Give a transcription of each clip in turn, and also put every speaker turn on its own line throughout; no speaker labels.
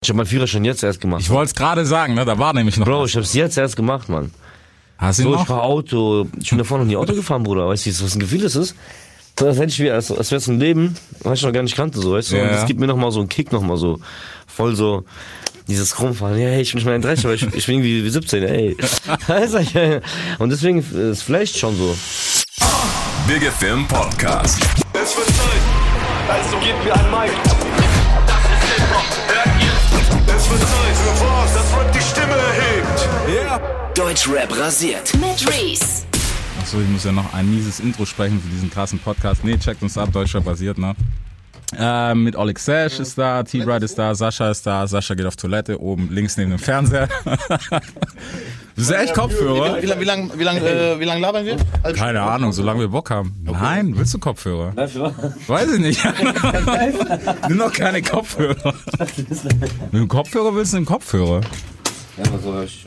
Ich habe meinen Führerschein jetzt erst gemacht.
Ich wollte es gerade sagen, ne? da war nämlich noch.
Bro,
was.
ich hab's jetzt erst gemacht, Mann.
Hast du ihn
So, ich
noch?
fahr Auto. Ich bin davor noch nie Auto gefahren, Bruder. Weißt du, was ein Gefühl das ist? So, Das hätte ich mir, als, als wäre es ein Leben, was ich noch gar nicht kannte, so, weißt du?
Ja,
Und
ja.
das gibt mir nochmal so einen Kick, nochmal so. Voll so, dieses Rumfahren. Ja, hey, ich bin nicht mehr ein 30, aber ich, ich bin irgendwie wie 17, ey. Weißt du, Und deswegen ist vielleicht schon so.
Big FM Podcast.
Es wird Zeit. Also gebt mir ein Mic. Es wird Zeit für was? Das wird die Stimme erhebt.
Deutschrap rasiert.
Mit Reese.
Achso, ich muss ja noch ein mieses Intro sprechen für diesen krassen Podcast. Nee, checkt uns ab, Deutscher basiert, ne? Ähm, mit Oleg Sash ist da, T-Ride ist da, Sascha ist da, Sascha geht auf Toilette, oben links neben dem Fernseher. Sehr echt Kopfhörer?
Wie lange wie lang, wie lang, äh, wie lang labern wir? Halb-
Keine Ahnung, solange wir Bock haben. Nein, willst du Kopfhörer? Weiß ich nicht. Nimm noch keine Kopfhörer. Mit dem Kopfhörer willst du einen Kopfhörer?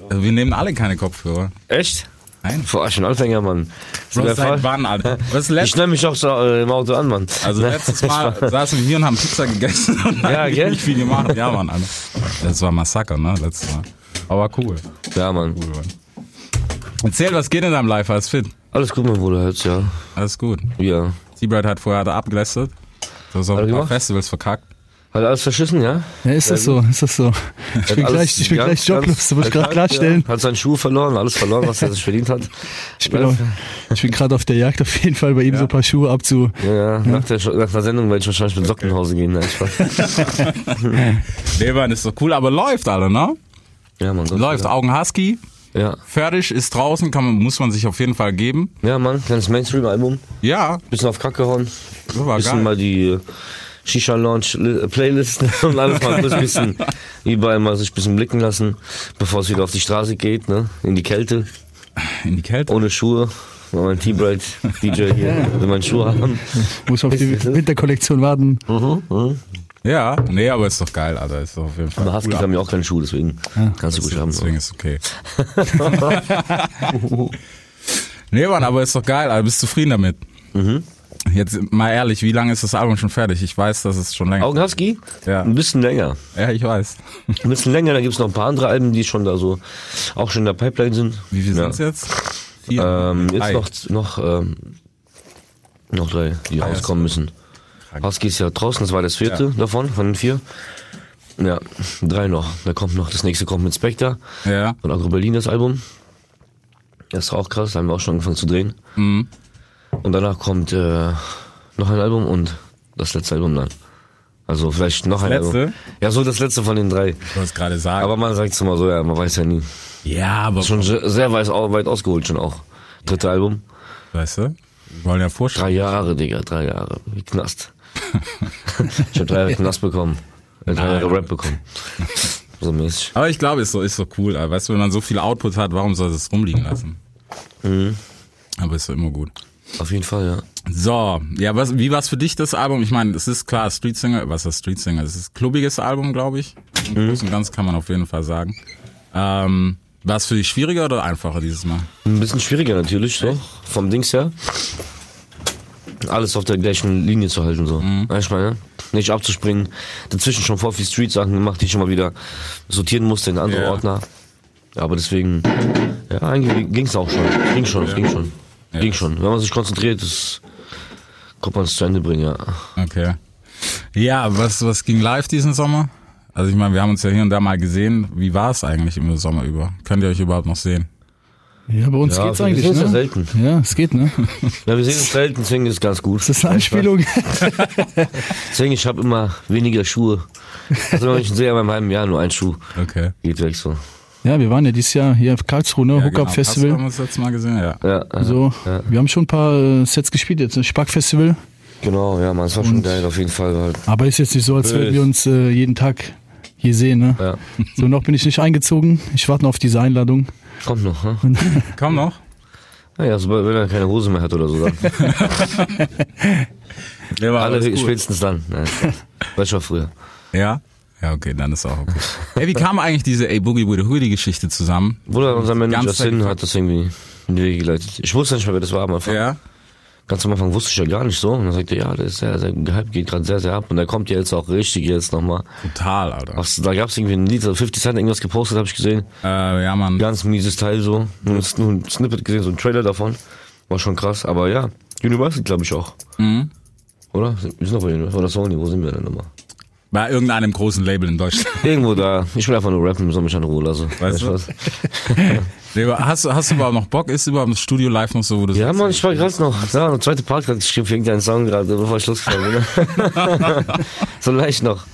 Also wir nehmen alle keine Kopfhörer.
Echt?
Nein.
Boah, ich bin Anfänger, Mann. Ist
Bro,
der
seit
Fall?
wann, Alter? Was
Ich
letztes
schnell mich auch so, äh, im Auto an, Mann.
Also letztes Mal saßen wir hier und haben Pizza gegessen. und
Ja,
eigentlich
gell?
Nicht viel gemacht. Ja, Mann. Alter. Das war Massaker, ne? Letztes Mal. Aber cool.
Ja, Mann.
cool Mann. Erzähl, was geht in deinem Life als fit?
Alles gut, mein Bruder, jetzt, ja.
Alles gut.
Ja.
Seabright hat vorher hat er abgelästert. Du hast auf ein paar
gemacht?
Festivals verkackt.
Hat alles verschissen, ja?
Ja, ist das so, ist das so. Ich bin
Alles
gleich, ich bin
ganz,
gleich joblos,
ganz
das wollte ich gerade
verkackt,
klarstellen.
Ja. Hat seinen Schuh verloren, alles verloren, was er sich verdient hat.
Ich bin, auf, ich bin gerade auf der Jagd auf jeden Fall bei ihm so ein paar Schuhe abzu.
Ja, ja. Nach, der, nach der Sendung werde ich wahrscheinlich mit Socken nach Hause gehen. ne? Nein, Spaß.
Leban ist doch cool, aber läuft, alle, ne?
ja, Mann. Gott
Läuft.
sei
Augen Husky.
Dank.
Fertig, ist draußen, kann man, muss man sich auf jeden Fall geben.
Ja. ja, Mann, kleines Mainstream-Album.
Ja,
Bisschen auf Kack gehauen.
das war
Bisschen
geil.
mal die äh, Shisha-Launch-Playlist äh, und alles mal kurz ein bisschen überall mal sich ein bisschen blicken lassen, bevor es wieder auf die Straße geht, ne? In die Kälte,
In die Kälte.
ohne Schuhe. Mal Mein T-Bright DJ hier, will meine Schuhe haben.
Muss auf die Winterkollektion warten.
Ja, nee, aber ist doch geil, Alter. Ist doch auf jeden Fall.
Aber Husky
cool.
haben ja auch keine Schuhe, deswegen kannst du gut haben.
Deswegen ist okay. nee, Mann, aber ist doch geil, Alter. Bist zufrieden damit?
Mhm.
Jetzt mal ehrlich, wie lange ist das Album schon fertig? Ich weiß, dass es schon länger
Augen Husky?
Ja.
Ein bisschen länger.
Ja, ich weiß.
Ein bisschen länger, dann gibt es noch ein paar andere Alben, die schon da so, auch schon in der Pipeline sind.
Wie viel
ja.
sind's jetzt? Vier.
Ähm, jetzt
Drei.
noch, noch, ähm, noch drei, die rauskommen müssen. Husky ist ja draußen, das war das vierte davon, von den vier. Ja, drei noch. Da kommt noch, das nächste kommt mit Spectre
Ja.
und Agro Berlin, das Album. Das ist auch krass, da haben wir auch schon angefangen zu drehen. Und danach kommt äh, noch ein Album und das letzte Album dann. Also vielleicht noch ein
letzte?
Album. Ja, so das letzte von den drei.
Ich wollte es gerade sagen.
Aber man sagt es immer so, ja, man weiß ja nie.
ja, aber
Schon sehr sehr weit, weit ausgeholt schon auch. Dritte Album.
weißt du? Wir wollen ja vorstellen.
Drei Jahre, Digga, drei Jahre. Wie Knast. ich hab drei Jahre Knast bekommen. Äh, drei Jahre Rap bekommen. So mäßig.
Aber ich glaube, ist so, ist so cool. Alter. Weißt du, wenn man so viel Output hat, warum soll es rumliegen lassen?
Mhm.
Aber ist doch immer gut.
Auf jeden Fall, ja.
So, ja, was, wie war's für dich das Album? Ich meine, es ist klar, Street Singer, was ist Street Singer? Es ist ein klubbiges Album, glaube ich. Im Großen und Ganzen kann man auf jeden Fall sagen. Ähm, war es für dich schwieriger oder einfacher dieses Mal?
Ein bisschen schwieriger natürlich, so. Vom Dings her. Alles auf der gleichen Linie zu halten, so. Weißt du, ich meine? Nicht abzuspringen. Dazwischen schon voll viel Street-Sachen gemacht, die ich schon mal wieder sortieren musste in andere
Ja.
Ordner. Aber deswegen, ja, eigentlich ging's auch schon. Ging schon, ging schon. ging
das-
schon. Wenn man sich konzentriert, ist, kommt man es zu Ende bringen, ja.
Okay. Ja, was, was ging live diesen Sommer? Also ich meine, wir haben uns ja hier und da mal gesehen. Wie war es eigentlich im Sommer über? Könnt ihr euch überhaupt noch sehen?
Ja, bei uns
Ja,
geht's
wir
eigentlich,
sehen uns
ne?
ja selten.
Ja, es geht, ne?
Ja, wir sehen uns selten, deswegen ist es ganz gut.
Das ist halt- eine Anspielung.
Deswegen, ich habe immer weniger Schuhe. Also wenn ich sehe, beim halben Jahr nur ein Schuh.
Okay.
Geht weg so.
Ja, wir waren ja dieses Jahr hier auf Karlsruhe, ne? Hookup
genau. Hast du haben
Festival.
uns das letzte Mal gesehen? Ja.
Ja, äh,
So, wir haben schon ein paar äh, Sets gespielt jetzt, ne? Spack Festival.
genau, ja, man, es war schon geil auf jeden Fall. Weil,
Aber ist jetzt nicht so, als würden
Böse.
wir uns äh, jeden Tag hier sehen, ne?
ja.
So, noch bin ich nicht eingezogen. Ich warte noch auf diese Einladung.
Kommt noch, ne?
Komm noch.
Naja, sobald wenn er keine Hose mehr hat oder so, dann.
Ja, war
Alle
alles gut.
spätestens dann. Nein, war schon früher.
Ja? Ja, okay, dann ist auch okay. Ey, wie kam eigentlich diese Ey Boogie Boogie Hoodie Geschichte zusammen?
Bruder, unser Manager
Ganz
Sin hat das irgendwie in die Wege geleitet. Ich wusste nicht mehr, wer das war am Anfang.
Ja.
Ganz am Anfang wusste ich ja gar nicht so. Und dann sagte er, ja, das ist sehr, sehr gehypt, geht gerade sehr, sehr ab. Und er kommt ja jetzt auch richtig jetzt nochmal.
Total, Alter.
Was, da gab es irgendwie ein Lied, also 50 Cent irgendwas gepostet, habe ich gesehen.
Äh, ja, Mann.
Ganz mieses Teil so. Nur ein, nur ein Snippet gesehen, so ein Trailer davon. War schon krass, aber ja. Universal glaube ich auch. Oder? Wir sind doch bei Universal oder Sony, wo sind wir denn nochmal?
Bei irgendeinem großen Label in Deutschland.
Irgendwo da. Ich will einfach nur rappen, soll mich in Ruhe lassen.
Weißt du?
was?
Lieber, hast, du- hast du überhaupt noch Bock? Ist überhaupt das Studio live noch so, wo du
Ja,
sagst,
Mann, ich war gerade noch. Da, der zweite Part gerade geschrieben für irgendeinen Song gerade, bevor ich losgefahren bin. so leicht noch.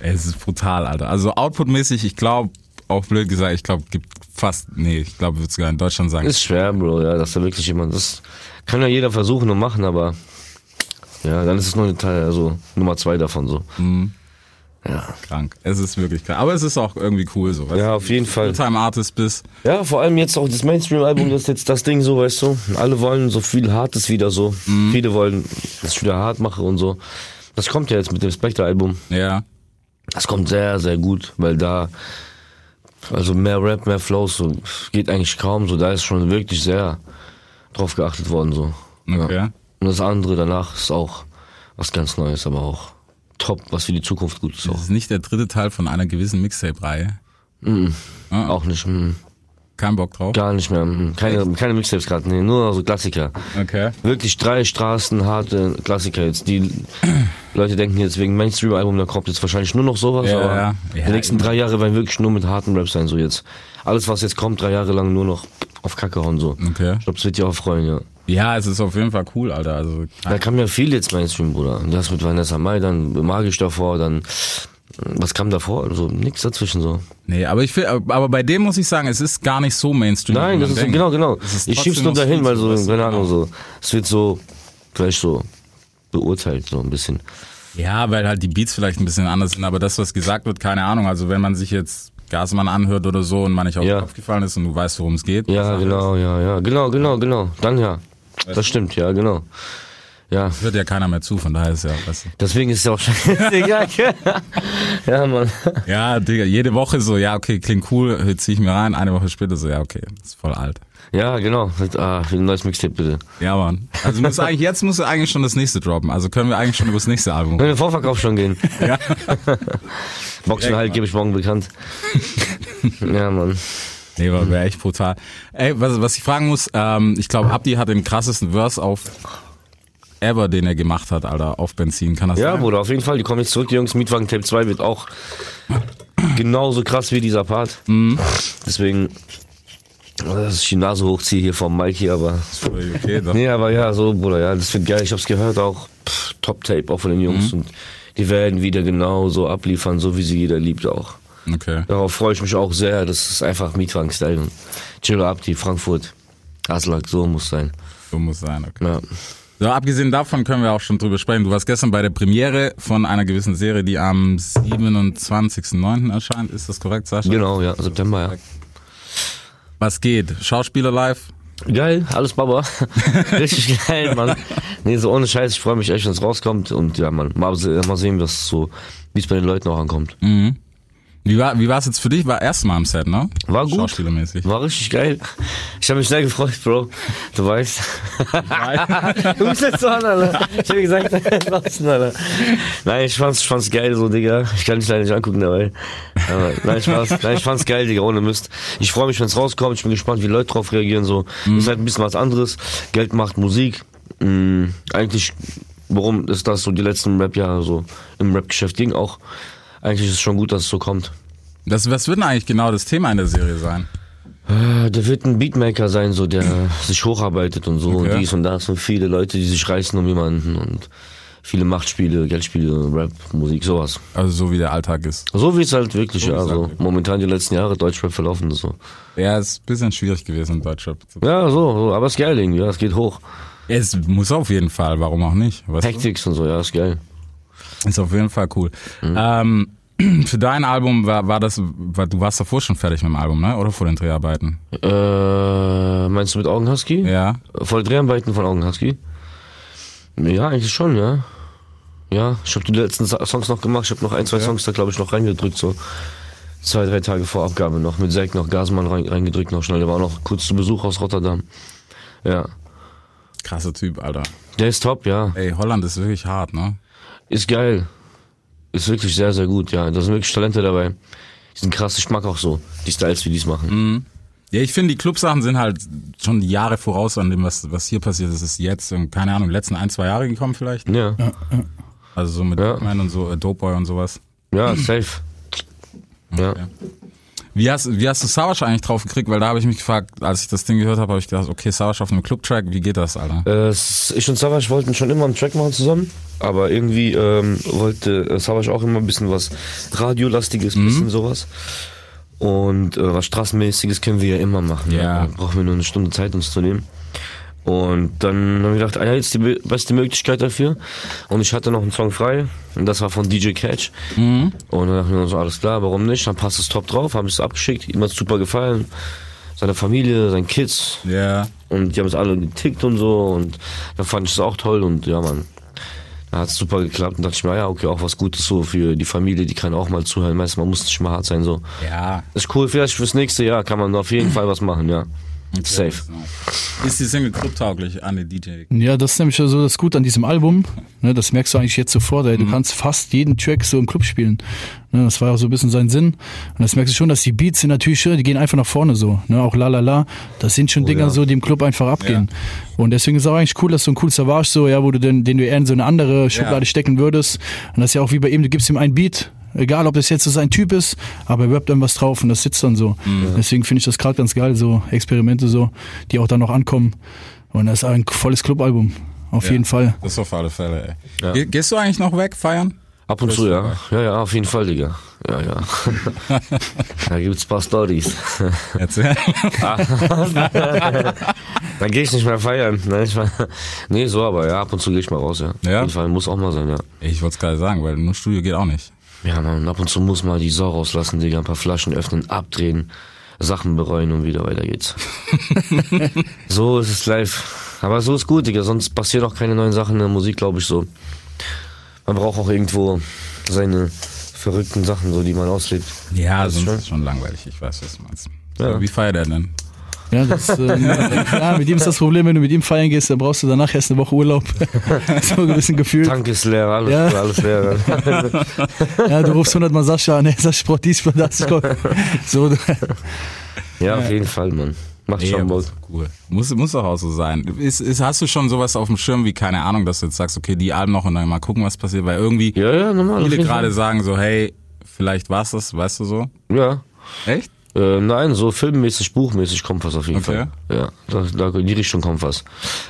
ey, Es ist brutal, Alter. Also outputmäßig, ich glaube, auch blöd gesagt, ich glaube, gibt fast, nee, ich glaube, würde sogar in Deutschland sagen.
Ist schwer, Bro, ja, dass da wirklich jemand. Das kann ja jeder versuchen und machen, aber. Ja, dann ist es nur eine Teil, also Nummer zwei davon so.
krank. Es ist wirklich krank. Aber es ist auch irgendwie cool so. weißt
Ja,
du?
auf jeden Fall.
Fulltime Artist bist.
Ja, vor allem jetzt auch das Mainstream-Album, das ist jetzt das Ding so, weißt du. Alle wollen so viel Hartes wieder so.
Mhm.
Viele wollen, dass ich wieder hart mache und so. Das kommt ja jetzt mit dem Spectre-Album.
Ja.
Das kommt sehr, sehr gut, weil da, also mehr Rap, mehr Flows, so, geht eigentlich kaum so. Da ist schon wirklich sehr drauf geachtet worden, so.
Okay.
Ja. Und das andere danach ist auch was ganz Neues, aber auch top, was für die Zukunft gut ist. Auch,
Das ist nicht der dritte Teil von einer gewissen Mixtape-Reihe.
auch nicht, mm,
Kein Bock drauf.
gar nicht mehr. mm, Keine, keine Mixtapes gerade, nee, nur so Klassiker.
Okay.
Wirklich drei Straßen, harte Klassiker jetzt. Die Leute denken jetzt wegen Mainstream-Album, da kommt jetzt wahrscheinlich nur noch sowas,
Ja,
aber
ja. Ja,
die nächsten drei Jahre werden wirklich nur mit harten Raps sein, so jetzt. Alles, was jetzt kommt, drei Jahre lang nur noch auf Kacke hauen, so.
Okay.
Ich glaube, das wird dir auch freuen, ja.
Ja, es ist auf jeden Fall cool, Alter. Also,
Da kam ja viel jetzt Mainstream, Bruder. Das mit Vanessa Mai, dann Magisch davor, dann was kam davor? So nix dazwischen so.
nee, aber ich find, aber bei dem muss ich sagen, es ist gar nicht so Mainstream. wie
Nein, das
man
ist so,
denkt.
genau, genau.
Es ist
Ich
trotzdem
schieb's nur
noch
dahin,
viel
weil
zu
so,
wissen,
keine Ahnung,
genau.
so. Es wird so gleich so beurteilt, so ein bisschen.
Ja, weil halt die Beats vielleicht ein bisschen anders sind, aber das, was gesagt wird, keine Ahnung. Also wenn man sich jetzt Gasmann anhört oder so und man nicht auf
Ja.
den Kopf gefallen ist und du weißt, worum es geht.
Ja, genau, ja, ja. Genau, genau, genau. Dann ja. Das stimmt, ja, genau. Ja,
Hört ja keiner mehr zu, von daher ist ja, weißt du.
deswegen ist es ja auch scheißegal. ja, Mann.
Ja, Digga, jede Woche so, ja, okay, klingt cool, zieh ich mir rein, eine Woche später so, ja, okay, ist voll alt.
Ja, genau. Ah, ein neues Mixtape bitte.
Ja, Mann. Also muss eigentlich, jetzt muss er eigentlich schon das nächste droppen. Also können wir eigentlich schon über das nächste Album.
Wenn wir Vorverkauf schon gehen. Ja. genau. Boxenhalt gebe ich morgen bekannt. ja, Mann.
Nee, war wär echt brutal. Ey, was, was ich fragen muss, ähm, ich glaube, Abdi hat den krassesten Verse auf ever, den er gemacht hat, Alter, auf Benzin. Kann das
Ja,
sein?
Bruder, auf jeden Fall. Die kommen jetzt zurück, die Jungs. Mietwagen Tape 2 wird auch genauso krass wie dieser Part. Deswegen, äh, dass ich die Nase hochziehe hier vom Mike hier, aber.
Okay, doch.
Nee, aber ja, so, Bruder, ja, das wird geil. Ich hab's gehört auch. Pff, Top Tape auch von den Jungs. Und die werden wieder genauso abliefern, so wie sie jeder liebt auch.
okay.
Darauf freue ich mich auch sehr. Das ist einfach Mietwagen-Style. Und Chill ab, die Frankfurt. Aslak, so muss sein.
So muss sein, okay.
Ja.
So, abgesehen davon können wir auch schon drüber sprechen. Du warst gestern bei der Premiere von einer gewissen Serie, die am 27.09. erscheint. Ist das korrekt, Sascha?
Genau, ja, September, ja.
Was geht? Schauspieler live?
Geil, alles Baba. Richtig geil, Mann. Nee, so ohne Scheiß, ich freue mich echt, wenn es rauskommt. Und ja, Mann, mal, se- mal sehen, was so, wie es bei den Leuten auch ankommt.
Wie war wie war's jetzt für dich? War erst mal am Set, ne?
War gut.
Schauspielermäßig.
War richtig geil. Ich habe mich sehr gefreut, Bro. Du weißt. du bist jetzt so an, Alter. Ich habe gesagt, draußen, Alter. Nein, ich fand's, ich fand's geil, so, Digga. Ich kann dich leider nicht angucken dabei. Aber, nein, Spaß. Nein, ich fand's geil, Digga, ohne Mist. Ich freue mich, wenn's rauskommt. Ich bin gespannt, wie Leute drauf reagieren, so. Ist halt ein bisschen was anderes. Geld macht Musik. Mhm, eigentlich, warum ist das so die letzten Rap-Jahre so im Rap-Geschäft ging auch. Eigentlich ist es schon gut, dass es so kommt.
Das, was wird denn eigentlich genau das Thema in der Serie sein?
Äh, Der wird ein Beatmaker sein, so der sich hocharbeitet und so
Okay.
und dies und das und viele Leute, die sich reißen um jemanden und viele Machtspiele, Geldspiele, Rap, Musik, sowas.
Also so wie der Alltag ist.
So wie es halt wirklich, ja,
wie es
so
halt-
momentan die letzten Jahre Deutschrap verlaufen ist so.
Ja, ist ein bisschen schwierig gewesen in Deutschland.
Ja, so, so, aber ist geil irgendwie, ja, es geht hoch.
Es muss auf jeden Fall, warum auch nicht? Weißt du?
Tactics und so, ja, ist geil.
Ist auf jeden Fall cool.
Mhm.
Ähm, für dein Album war, war das, war, du warst davor schon fertig mit dem Album, ne? Oder vor den Dreharbeiten?
Äh, meinst du mit Augenhusky?
Ja.
Vor Dreharbeiten von Augenhusky? Ja, eigentlich schon, ja. Ja, ich habe die letzten Sa- Songs noch gemacht. Ich habe noch ein, zwei Songs da, glaube ich, noch reingedrückt. So zwei, drei Tage vor Abgabe noch mit Zack noch Gasmann rein, reingedrückt noch schnell. Der war auch noch kurz zu Besuch aus Rotterdam. Ja.
Krasser Typ, Alter.
Der ist top, ja.
Ey, Holland ist wirklich hart, ne?
Ist geil. Ist wirklich sehr, sehr gut, ja. Da sind wirklich Talente dabei. Die sind krass, ich mag auch so die Styles, wie die es machen.
Ja, ich finde, die Clubsachen sind halt schon Jahre voraus an dem, was, was hier passiert ist. Es ist jetzt, ähm, keine Ahnung, letzten ein, zwei Jahre gekommen vielleicht.
Mhm. Ja,
Also so mit
Ja.
ja. und so, äh, Dopeboy und sowas.
ja, safe. Ja.
Wie hast, wie hast du Savage eigentlich drauf gekriegt? Weil da habe ich mich gefragt, als ich das Ding gehört habe, habe ich gedacht, okay, Savage auf einem Clubtrack, wie geht das, Alter?
Äh, S- ich und Savage wollten schon immer einen Track machen zusammen, aber irgendwie ähm, wollte äh, Savage auch immer ein bisschen was Radiolastiges, ein bisschen sowas. Und äh, was Straßenmäßiges können wir ja immer machen. Da
Ja.
brauchen wir nur eine Stunde Zeit, uns zu nehmen. Und dann haben wir gedacht, ah, ja, jetzt die be- beste Möglichkeit dafür. Und ich hatte noch einen Song frei. Und das war von DJ Catch. Und dann dachten wir uns, alles klar, warum nicht? Dann passt es top drauf, haben es abgeschickt. Ihm hat es super gefallen. Seiner Familie, seinen Kids,
Ja.
und die haben es alle getickt und so und da fand ich es auch toll und ja, Mann. Da hat es super geklappt und dachte ich mir, ja, okay, auch was Gutes so für die Familie, die kann auch mal zuhören. Meistens, man muss nicht mal hart sein, so.
Ja.
Ist cool, vielleicht fürs nächste Jahr kann man auf jeden Fall was machen, ja. Safe.
Ist die Single clubtauglich Ah, an den DJ?
Ja, das ist nämlich so das Gute an diesem Album. Ne, das merkst du eigentlich jetzt sofort.
Mhm.
Ey. Du kannst fast jeden Track so im Club spielen. Ne, das war ja so ein bisschen sein Sinn. Und das merkst du schon, dass die Beats sind natürlich schön, die gehen einfach nach vorne so. Ne, auch la la la. Das sind schon Dinger
Oh ja.
so, die im Club einfach abgehen. Und deswegen ist es auch eigentlich cool, dass so ein cool Savage so, ja, wo du den, den du eher in so eine andere Schublade stecken würdest. Und das ist ja auch wie bei ihm, du gibst ihm einen Beat. Egal, ob das jetzt so sein Typ ist, aber er rappt dann was drauf und das sitzt dann so. Deswegen finde ich das gerade ganz geil, so Experimente so, die auch dann noch ankommen. Und das ist ein volles Clubalbum. Auf jeden Fall.
Das auf alle Fälle, ey. Ge gehst du eigentlich noch weg feiern?
Ab und zu, ja. Ja, ja, auf jeden Fall, Digga. Ja, ja. da gibt's ein paar Stories.
Erzähl.
Dann gehe ich nicht mehr feiern. Nein, ich war, nee, so, aber ja, ab und zu gehe ich mal raus, ja.
Ja?
Auf jeden Fall muss auch mal sein, ja.
ich wollte es gerade sagen, weil nur Studio geht auch nicht.
Ja, man, ab und zu muss mal die Sau rauslassen, Digga. Ein paar Flaschen öffnen, abdrehen, Sachen bereuen und wieder weiter geht's. so ist es live. Aber so ist gut, Digga. Sonst passieren auch keine neuen Sachen in der Musik, glaube ich so. Man braucht auch irgendwo seine verrückten Sachen, so die man auslebt.
Ja, sonst
schon.
ist es schon langweilig, ich weiß, was du meinst.
Ja.
So, wie feiert er denn?
Ja, das, ähm, ja, mit ihm ist das Problem, wenn du mit ihm feiern gehst, dann brauchst du danach erst eine Woche Urlaub. so ein bisschen Gefühl.
Tank ist leer, alles,
Ja.
alles leer.
Ja, du rufst hundertmal Sascha an, ey, Sascha braucht dies, braucht das. Komm. So,
ja, auf jeden Fall, Mann. Macht schon
aber
Bock.
ist cool. Muss, muss doch auch so sein. Ist, ist, hast du schon sowas auf dem Schirm wie, keine Ahnung, dass du jetzt sagst, okay, die Alben noch und dann mal gucken, was passiert, weil irgendwie
Ja, ja, normal. auf
viele
jeden
gerade sagen so, hey, vielleicht war's das, weißt du so?
Fall. Ja.
Echt?
Äh, nein, so filmmäßig, buchmäßig kommt was auf jeden
Okay.
Fall. Ja, da, da, in die Richtung kommt was.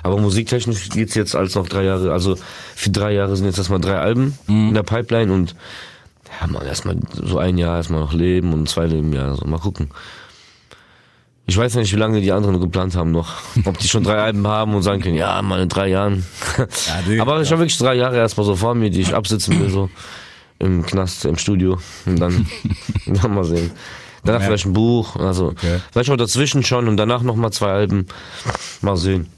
Aber musiktechnisch geht's jetzt als noch drei Jahre. Also für drei Jahre sind jetzt erstmal drei Alben in der Pipeline und ja, man, erstmal so ein Jahr erstmal noch leben und zwei Leben, ja, so mal gucken. Ich weiß ja nicht, wie lange die anderen geplant haben noch. Ob die schon drei Alben haben und sagen können, ja, mal in drei Jahren.
Digga,
Aber Also ich habe wirklich drei Jahre erstmal so vor mir, die ich absitzen will, so im Knast, im Studio. Und dann, dann mal sehen. Danach
Ja.
vielleicht ein Buch, also vielleicht auch dazwischen schon und danach nochmal zwei Alben. Mal sehen.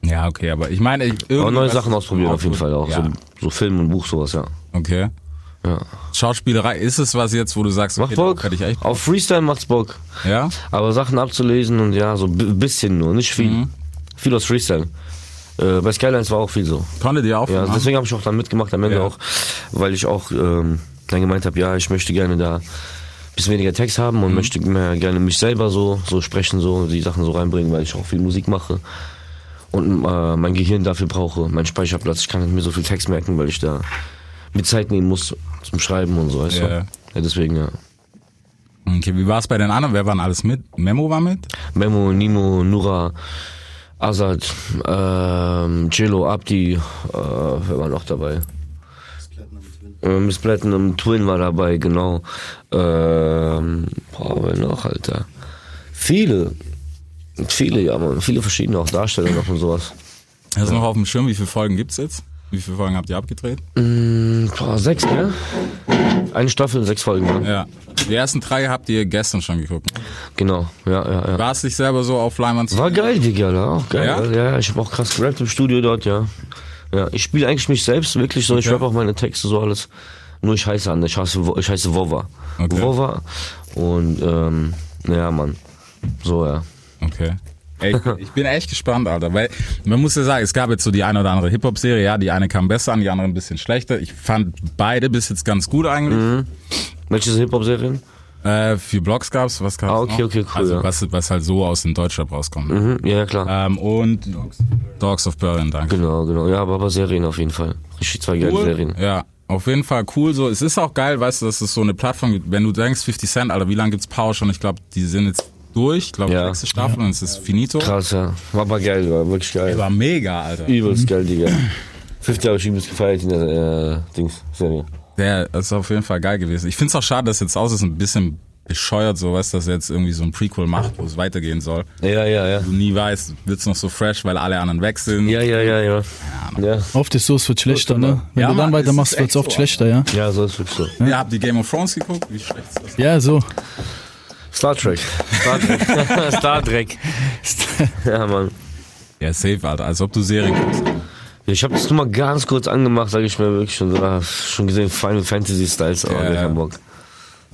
Ja, okay, aber ich meine, ich- irgendwie
Aber neue
was-
Sachen ausprobieren auf jeden Fall auch.
Ja,
So, so Film und Buch, sowas, ja.
okay.
ja.
Schauspielerei, ist es was jetzt, wo du sagst, okay,
Macht
darauf
Bock.
hätte Genau, ich echt.
Auf Freestyle macht's Bock.
Ja?
Aber Sachen abzulesen und ja, so ein bisschen nur, nicht viel.
Mhm.
Viel aus Freestyle. Äh, bei Skylines war auch viel so.
Konnte dir auch.
Ja,
machen?
deswegen habe ich auch dann mitgemacht am Ende
Ja.
auch, weil ich auch ähm, dann gemeint habe, ja, ich möchte gerne da ein bisschen weniger Text haben
Mhm.
und möchte mehr gerne mich selber so, so sprechen, so die Sachen so reinbringen, weil ich auch viel Musik mache und äh, mein Gehirn dafür brauche, mein Speicherplatz. Ich kann nicht mir so viel Text merken, weil ich da mir Zeit nehmen muss zum Schreiben und so. Weißt
Ja.
du? ja deswegen, ja.
okay, wie war's bei den anderen? Wer war denn alles mit? Memo war mit?
Memo, Nimo, Nura, Azad, ähm, Cello, Abdi, äh, wer war noch dabei? Äh, Miss Platinum Twin war dabei, genau. Ähm, boah, wer noch, Alter? Viele. Viele, ja, man. Viele verschiedene auch Darsteller noch und sowas.
Hast du noch auf dem Schirm, wie viele Folgen gibt's jetzt? Wie viele Folgen habt ihr abgedreht?
Hm. Boah, sechs, ne? Eine Staffel, sechs Folgen, ne?
Ja. Die ersten drei habt ihr gestern schon geguckt.
Genau, ja, ja, ja.
War es dich selber so auf Leinwand zu
War geil, Digga, da auch geil.
Ja?
Ja, ja, ich habe auch krass gerappt im Studio dort, ja. Ja, ich spiele eigentlich mich selbst wirklich so, ich rap auch meine Texte so alles. Nur ich heiße anders, ich heiße, Wo- ich heiße Vova.
Okay.
Vova und ähm, naja, Mann. So, ja.
Okay. Ey, ich- ich bin echt gespannt, Alter, weil man muss ja sagen, es gab jetzt so die eine oder andere Hip-Hop-Serie, ja, die eine kam besser an, die andere ein bisschen schlechter. Ich fand beide bis jetzt ganz gut eigentlich.
Welche Hip-Hop-Serien?
Äh, vier Blogs gab's, was gab's
Mhm. Ah, okay,
noch?
okay, cool,
Also
ja.
was, was halt so aus dem Deutschrap rauskommt.
Mhm, ja, ja, klar.
Ähm, und Dogs of Berlin, danke.
Genau, genau. Ja, aber, aber Serien auf jeden Fall. Richtig zwei geile Serien.
Ja, auf jeden Fall cool. So, es ist auch geil, weißt du, dass es so eine Plattform gibt. Wenn du denkst, 50 Cent, Alter, wie lange gibt's Power schon? Ich glaube, die sind jetzt durch. Ich glaube,
Ja.
nächste Staffel und es ist finito.
Krass, ja. War aber geil, war wirklich geil.
War mega, Alter.
Übelst geil, Digga. Fifty habe ich übelst gefeiert in der äh, Dings Serie.
Der ist auf jeden Fall geil gewesen. Ich find's auch schade, dass jetzt aus ist ein bisschen bescheuert, so weißt du, dass er jetzt irgendwie so ein Prequel macht, wo es weitergehen soll.
Ja, ja, ja.
Du nie weißt, wird's noch so fresh, weil alle anderen weg sind.
Ja, ja, ja, ja. Ja,
Oft ist so, es wird schlechter, ne? Wenn
Ja,
du
Mann,
dann
es
weitermachst,
ist
wird es
echt
oft
so,
schlechter, ja?
ja, so ist wirklich so.
Ihr habt die Game of Thrones geguckt? Wie schlecht ist das?
Ja, so.
Star Trek. Star Trek. Star Trek. ja, Mann.
Ja, safe, Alter. Als ob du Serie guckst.
Ja, Ich habe das nur mal ganz kurz angemacht, sage ich mir wirklich schon. Ah, schon gesehen, Final Fantasy Styles, aber
Ja,
gar
ja.
keinen Bock.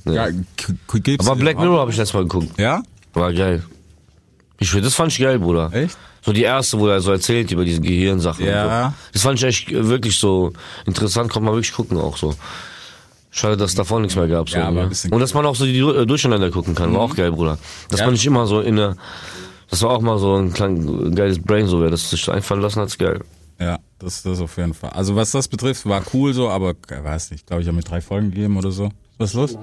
Ja, k- gibt's
Aber Black Mirror habe ich letztes Mal geguckt.
Ja?
War geil. Ich schwör, das fand ich geil, Bruder.
Echt?
So die erste, wo er so erzählt über diese Gehirnsachen.
Ja.
Und so. Das fand ich echt äh, wirklich so interessant, konnte man wirklich gucken auch so. Schade, dass es davon nichts mehr gab. So,
Ja, aber ein
ne?
bisschen- Mhm.
Und dass man auch so die Du- äh, Durcheinander gucken kann, war auch geil, Bruder. Dass
Ja.
man nicht immer so in der. Das war auch mal so ein klein, geiles Brain, so wer das sich einfallen lassen hat, ist geil.
Ja, das, das auf jeden Fall. Also was das betrifft, war cool so, aber äh, weiß nicht, glaube ich, habe mir drei Folgen gegeben oder so. Was ist los?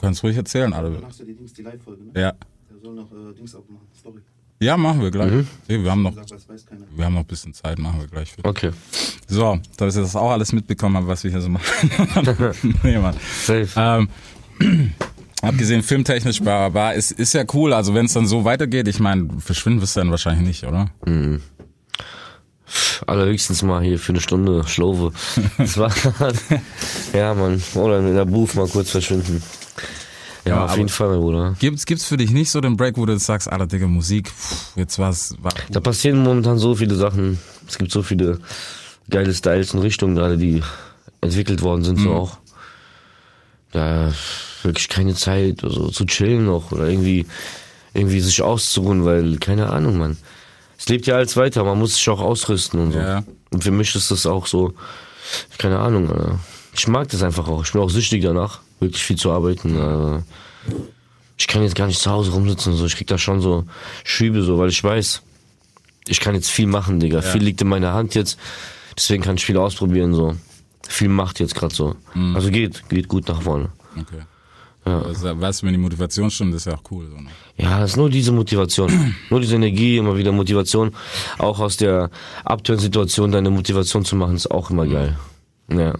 Kannst ruhig erzählen, Alter.
machst du die Dings, die Live-Folge, ne?
Ja.
Der soll noch äh, Dings aufmachen, Story.
Ja, machen wir gleich. Nee, Wir haben noch,
Sag, was weiß keiner.
wir haben noch ein bisschen Zeit, machen wir gleich.
Okay.
So, da ich das auch alles mitbekommen habe, was wir hier so machen. nee, Mann.
Safe.
Ähm, abgesehen filmtechnisch, bla, bla, bla, ist, ist ja cool. Also wenn es dann so weitergeht, ich meine, verschwinden wirst du dann wahrscheinlich nicht, oder?
Allerhöchstens mal hier für eine Stunde Schlove. Das war. ja, Mann. Oder in der Booth mal kurz verschwinden. Ja,
Ja,
auf
aber-
jeden Fall, mein Bruder.
Gibt's, gibt's für dich nicht so den Break, wo du jetzt sagst, Alter, Digga, Musik, pff, jetzt war's, war
Da passieren momentan so viele Sachen. Es gibt so viele geile Styles und Richtungen gerade, die entwickelt worden sind, so auch. Da wirklich keine Zeit, also zu chillen noch oder irgendwie, irgendwie sich auszuruhen, weil, keine Ahnung, Mann. Es lebt ja alles weiter, man muss sich auch ausrüsten und so.
Ja.
Und für mich ist das auch so, keine Ahnung, Alter. ich mag das einfach auch. Ich bin auch süchtig danach, wirklich viel zu arbeiten. Also ich kann jetzt gar nicht zu Hause rumsitzen und so. Ich krieg da schon so Schübe, so, weil ich weiß, ich kann jetzt viel machen, Digga. Viel liegt in meiner Hand jetzt. Deswegen kann ich viel ausprobieren, so. Viel macht jetzt gerade so. Also geht, geht gut nach vorne.
Okay. Also, weißt du, wenn die Motivation stimmt, ist ja auch cool. So, ne?
Ja, es ist nur diese Motivation. nur diese Energie, immer wieder Motivation. Auch aus der aktuellen Situation deine Motivation zu machen, ist auch immer geil. Ja.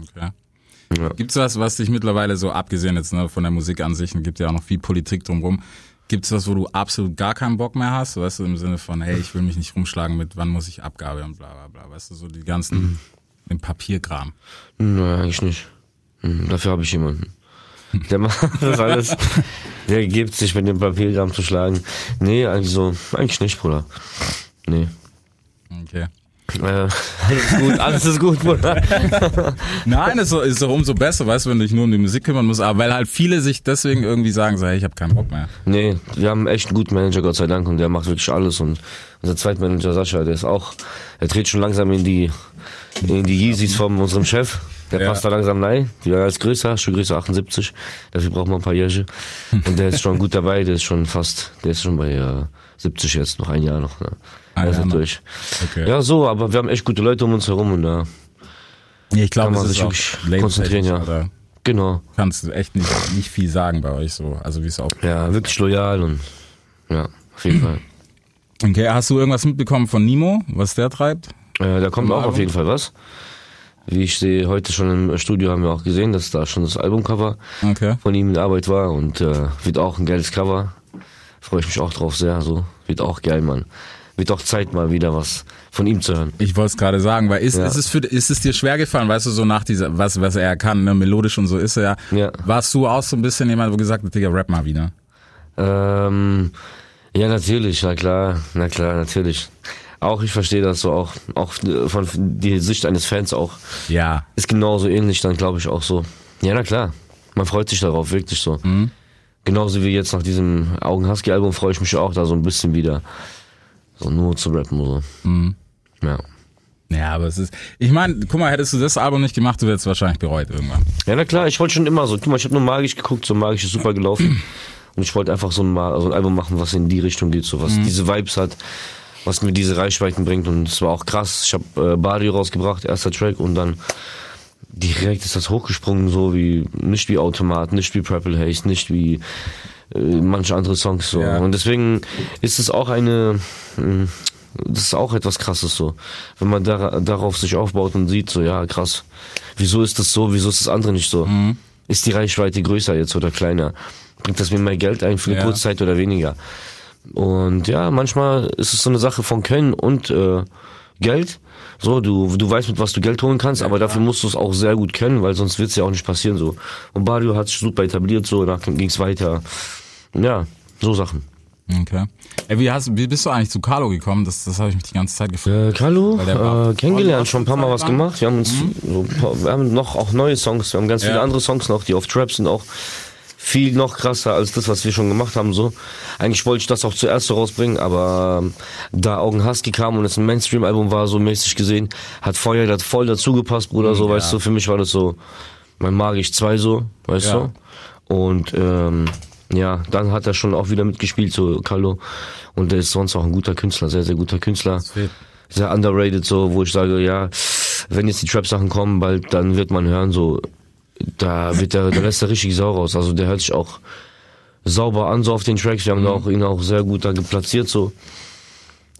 okay. Gibt's was, was dich mittlerweile so, abgesehen jetzt ne, von der Musik an sich, und gibt ja auch noch viel Politik drumherum, gibt's was, wo du absolut gar keinen Bock mehr hast? Weißt du, im Sinne von, hey, ich will mich nicht rumschlagen mit, wann muss ich Abgabe und bla bla bla. Weißt du, so die ganzen, den Papierkram.
Nein, eigentlich nicht. Hm, Dafür habe ich jemanden. Der macht das alles. Der gibt sich mit dem Papiergramm zu schlagen. Nee, also eigentlich nicht, Bruder. Nee.
Okay.
Äh, alles ist gut, alles ist gut, Bruder.
Nein, ist, so, ist doch umso besser, weißt du, wenn du dich nur um die Musik kümmern musst. Aber weil halt viele sich deswegen irgendwie sagen, so, hey, ich habe keinen Bock mehr.
Nee, wir haben echt einen guten Manager, Gott sei Dank, und der macht wirklich alles. Und unser Zweitmanager Sascha, der ist auch, der dreht schon langsam in die, in die Yeezys von unserem Chef. Der
Ja.
passt da langsam rein. Der ist größer, schon größer 78. Dafür braucht man ein paar Jährchen. Und der ist schon gut dabei, der ist schon fast, der ist schon bei äh, 70 jetzt, noch ein Jahr noch. Ne?
Ah,
Also
ja, Mann.
durch.
Okay.
Ja, so, aber wir haben echt gute Leute um uns herum und da,
Nee, ich glaube,
Kann man
das
sich
ist auch
wirklich
labeltechnisch,
konzentrieren, ja.
Alter.
genau.
kannst du echt nicht, nicht viel sagen bei euch so, also wie es auch.
Ja, wirklich loyal und, ja, auf jeden Fall.
Okay, hast du irgendwas mitbekommen von Nimo, was der treibt?
Äh, da kommt auch
Album?
auf jeden Fall was. Wie ich sehe, heute schon im Studio haben wir auch gesehen, dass da schon das Albumcover
Okay.
von ihm in Arbeit war und äh, wird auch ein geiles Cover. Freue ich mich auch drauf sehr. So wird auch geil, Mann. Wird auch Zeit mal wieder was von ihm zu hören.
Ich wollte es gerade sagen, weil ist,
Ja.
ist, es für, ist es dir schwer gefallen, weißt du, so nach dieser, was, was er kann, ne, melodisch und so ist er ja.
Ja.
Warst du auch so ein bisschen jemand, wo gesagt hat, Digga, rap mal wieder?
Ähm, ja, natürlich, na klar, na klar, natürlich. Auch ich verstehe das so auch, auch äh, von die Sicht eines Fans auch.
Ja.
Ist genauso ähnlich dann, glaube ich, auch so. Ja, na klar. Man freut sich darauf, wirklich so. Genauso wie jetzt nach diesem Augen-Husky-Album freue ich mich auch da so ein bisschen wieder so nur zu rappen. So. Ja.
Ja, aber es ist. Ich meine, guck mal, hättest du das Album nicht gemacht, du wärst wahrscheinlich bereut irgendwann.
ja, na klar, ich wollte schon immer so. Guck mal, ich habe nur magisch geguckt, so magisch ist super gelaufen. Und ich wollte einfach so ein, Ma- so ein Album machen, was in die Richtung geht, so was diese Vibes hat, was mir diese Reichweiten bringt. Und es war auch krass. Ich habe äh, Barrio rausgebracht, erster Track, und dann direkt ist das hochgesprungen, so wie nicht wie Automat, nicht wie Purple Haze, nicht wie äh, manche andere Songs so.
Ja.
Und deswegen ist es auch eine, mh, das ist auch etwas Krasses so, wenn man da, darauf sich aufbaut und sieht so, ja krass, wieso ist das so, wieso ist das andere nicht so? Ist die Reichweite größer jetzt oder kleiner? Bringt das mir mehr Geld ein für die
Ja.
Kurzzeit oder weniger? Und ja, manchmal ist es so eine Sache von Können und äh, Geld. So, du, du weißt, mit was du Geld holen kannst, aber dafür musst du es auch sehr gut können, weil sonst wird es ja auch nicht passieren. so. Und Barrio hat sich super etabliert, so, danach ging es weiter. Ja, so Sachen.
Okay. Ey, wie, hast, wie bist du eigentlich zu Carlo gekommen? Das, das habe ich mich die ganze Zeit gefragt.
Äh, Carlo,
Weil der war-
äh, kennengelernt, schon ein paar Mal was
Zeit lang.
gemacht. Wir haben uns so ein paar, wir haben noch auch neue Songs, wir haben ganz viele
Ja.
andere Songs noch, die auf Trap sind auch viel noch krasser als das, was wir schon gemacht haben. So, eigentlich wollte ich das auch zuerst so rausbringen, aber ähm, da Augen Husky kam und es ein Mainstream-Album war, so mäßig gesehen, hat Feuer das voll dazu gepasst, Bruder. So,
Mhm, Ja.
weißt du, für mich war das so mein Magisch 2 so, weißt
Ja.
du? Und ähm, ja, dann hat er schon auch wieder mitgespielt, so Carlo. Und der ist sonst auch ein guter Künstler, sehr, sehr guter Künstler
fehlt.
sehr underrated, so, wo ich sage, ja, wenn jetzt die Trap-Sachen kommen, bald, dann wird man hören, so, da wird der, da lässt er richtig sauer raus. Also der hört sich auch sauber an, so auf den Tracks. Wir haben da auch, ihn auch sehr gut da geplatziert, so.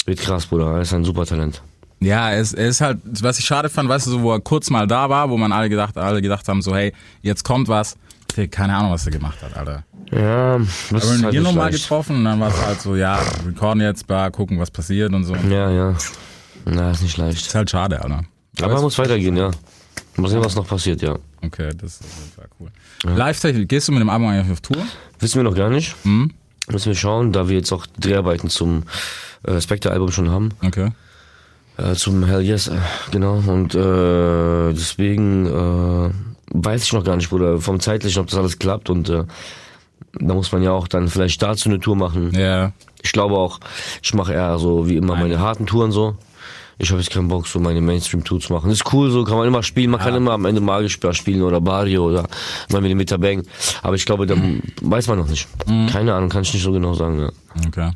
Wird krass, Bruder, er ist ein super Talent.
Ja, es, es ist halt, was ich schade fand, weißt du, so, wo er kurz mal da war, wo man alle gedacht, alle gedacht haben, so, hey, jetzt kommt was. Hey, keine Ahnung, was er gemacht hat, Alter.
Ja, das
Aber
ist
wir
halt
hier
nicht
nochmal
leicht.
getroffen und dann war es halt so, ja, wir recorden jetzt, bah, gucken, was passiert und so. Ist
Ja, ja. Na, ist nicht leicht.
halt schade, Alter.
Aber man muss weitergehen, ja. Mal sehen, was noch passiert, ja.
Okay, das ist auf jeden Fall cool. Live-Technik, gehst du mit dem Album eigentlich auf Tour?
Wissen wir noch gar nicht. Müssen wir schauen, da wir jetzt auch Dreharbeiten zum äh, Spectre-Album schon haben.
Okay.
Äh, zum Hell Yes, äh, genau. Und äh, deswegen äh, weiß ich noch gar nicht, Bruder, vom Zeitlichen, ob das alles klappt. Und äh, da muss man ja auch dann vielleicht dazu eine Tour machen.
Ja.
Ich glaube auch, ich mache eher so wie immer meine harten Touren so. Ich habe jetzt keinen Bock, so meine Mainstream-Tour zu machen. Ist cool, so kann man immer spielen. Man kann immer am Ende Magisch spielen oder Barrio oder mal Millimeter Bang. Aber ich glaube, da weiß man noch nicht. Keine Ahnung, kann ich nicht so genau sagen. Ja.
Okay.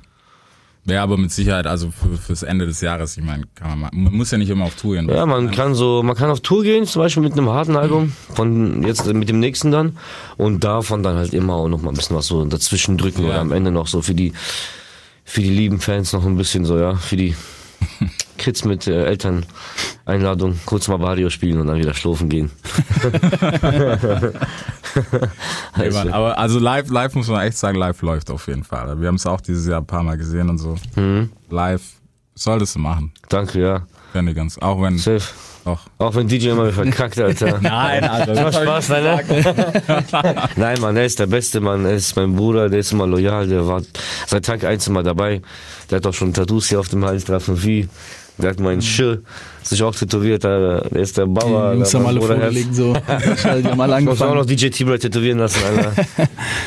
Ja, aber mit Sicherheit, also für, fürs Ende des Jahres, ich meine, kann man, mal- man muss ja nicht immer auf Tour gehen.
Ja, man kann so, man kann auf Tour gehen, zum Beispiel mit einem harten Album, von jetzt äh, mit dem nächsten dann und davon dann halt immer auch noch mal ein bisschen was so dazwischen drücken oder am Ende noch so für die für die lieben Fans noch ein bisschen so, ja, für die Kids mit äh, Eltern Einladung, kurz mal Barrio spielen und dann wieder schlafen gehen.
Ey, Mann, aber also live, live muss man echt sagen, live läuft auf jeden Fall. Wir haben es auch dieses Jahr ein paar Mal gesehen und so.
Hm.
Live solltest du machen.
Danke, ja.
Wenn du ganz, auch wenn,
Safe.
doch.
Auch wenn DJ immer verkackt, Alter.
Nein, also.
Macht Spaß, nein, ne? nein, Mann, er ist der Beste, Mann. Er ist mein Bruder, der ist immer loyal, der war seit Tag eins immer dabei. Der hat auch schon Tattoos hier auf dem Hals drauf und wie. Der hat meinen Schirr sich auch tätowiert, Alter. der ist der Bauer.
Mhm. Die Jungs
der
haben
mein
alle
Bruder Herz.
vorgelegt, so. Die haben alle
Ich muss auch noch
angefangen.
DJ T-Bird tätowieren lassen, Alter.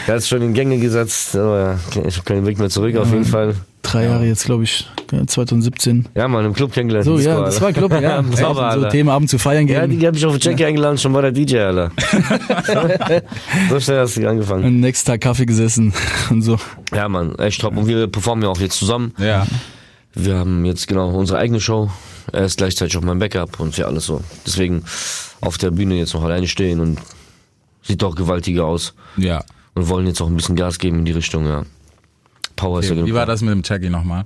Der hat schon in Gänge gesetzt, aber ich habe keinen Weg mehr zurück, auf jeden
Mhm.
Fall.
Drei Jahre jetzt, glaube ich, 2017.
Ja, Mann, im Club kennengelernt.
So,
Disco,
ja, das
Alter.
war, glaube ich, ja. Das war
Sauber,
auch so
Alter.
Thema, Abend zu feiern
Ja,
gehen.
die hab ich auf den Check eingeladen, schon war der DJ, Alter. so schnell hast du angefangen.
Am nächsten Tag Kaffee gesessen und so.
Ja, Mann, echt top. Und wir performen ja auch jetzt zusammen.
Ja.
Wir haben jetzt genau unsere eigene Show. Er ist gleichzeitig auch mein Backup und ja, alles so. Deswegen auf der Bühne jetzt noch alleine stehen und sieht doch gewaltiger aus.
Ja.
Und wollen jetzt auch ein bisschen Gas geben in die Richtung, ja. Power ist ja
Wie
genug.
war das mit dem Checky nochmal?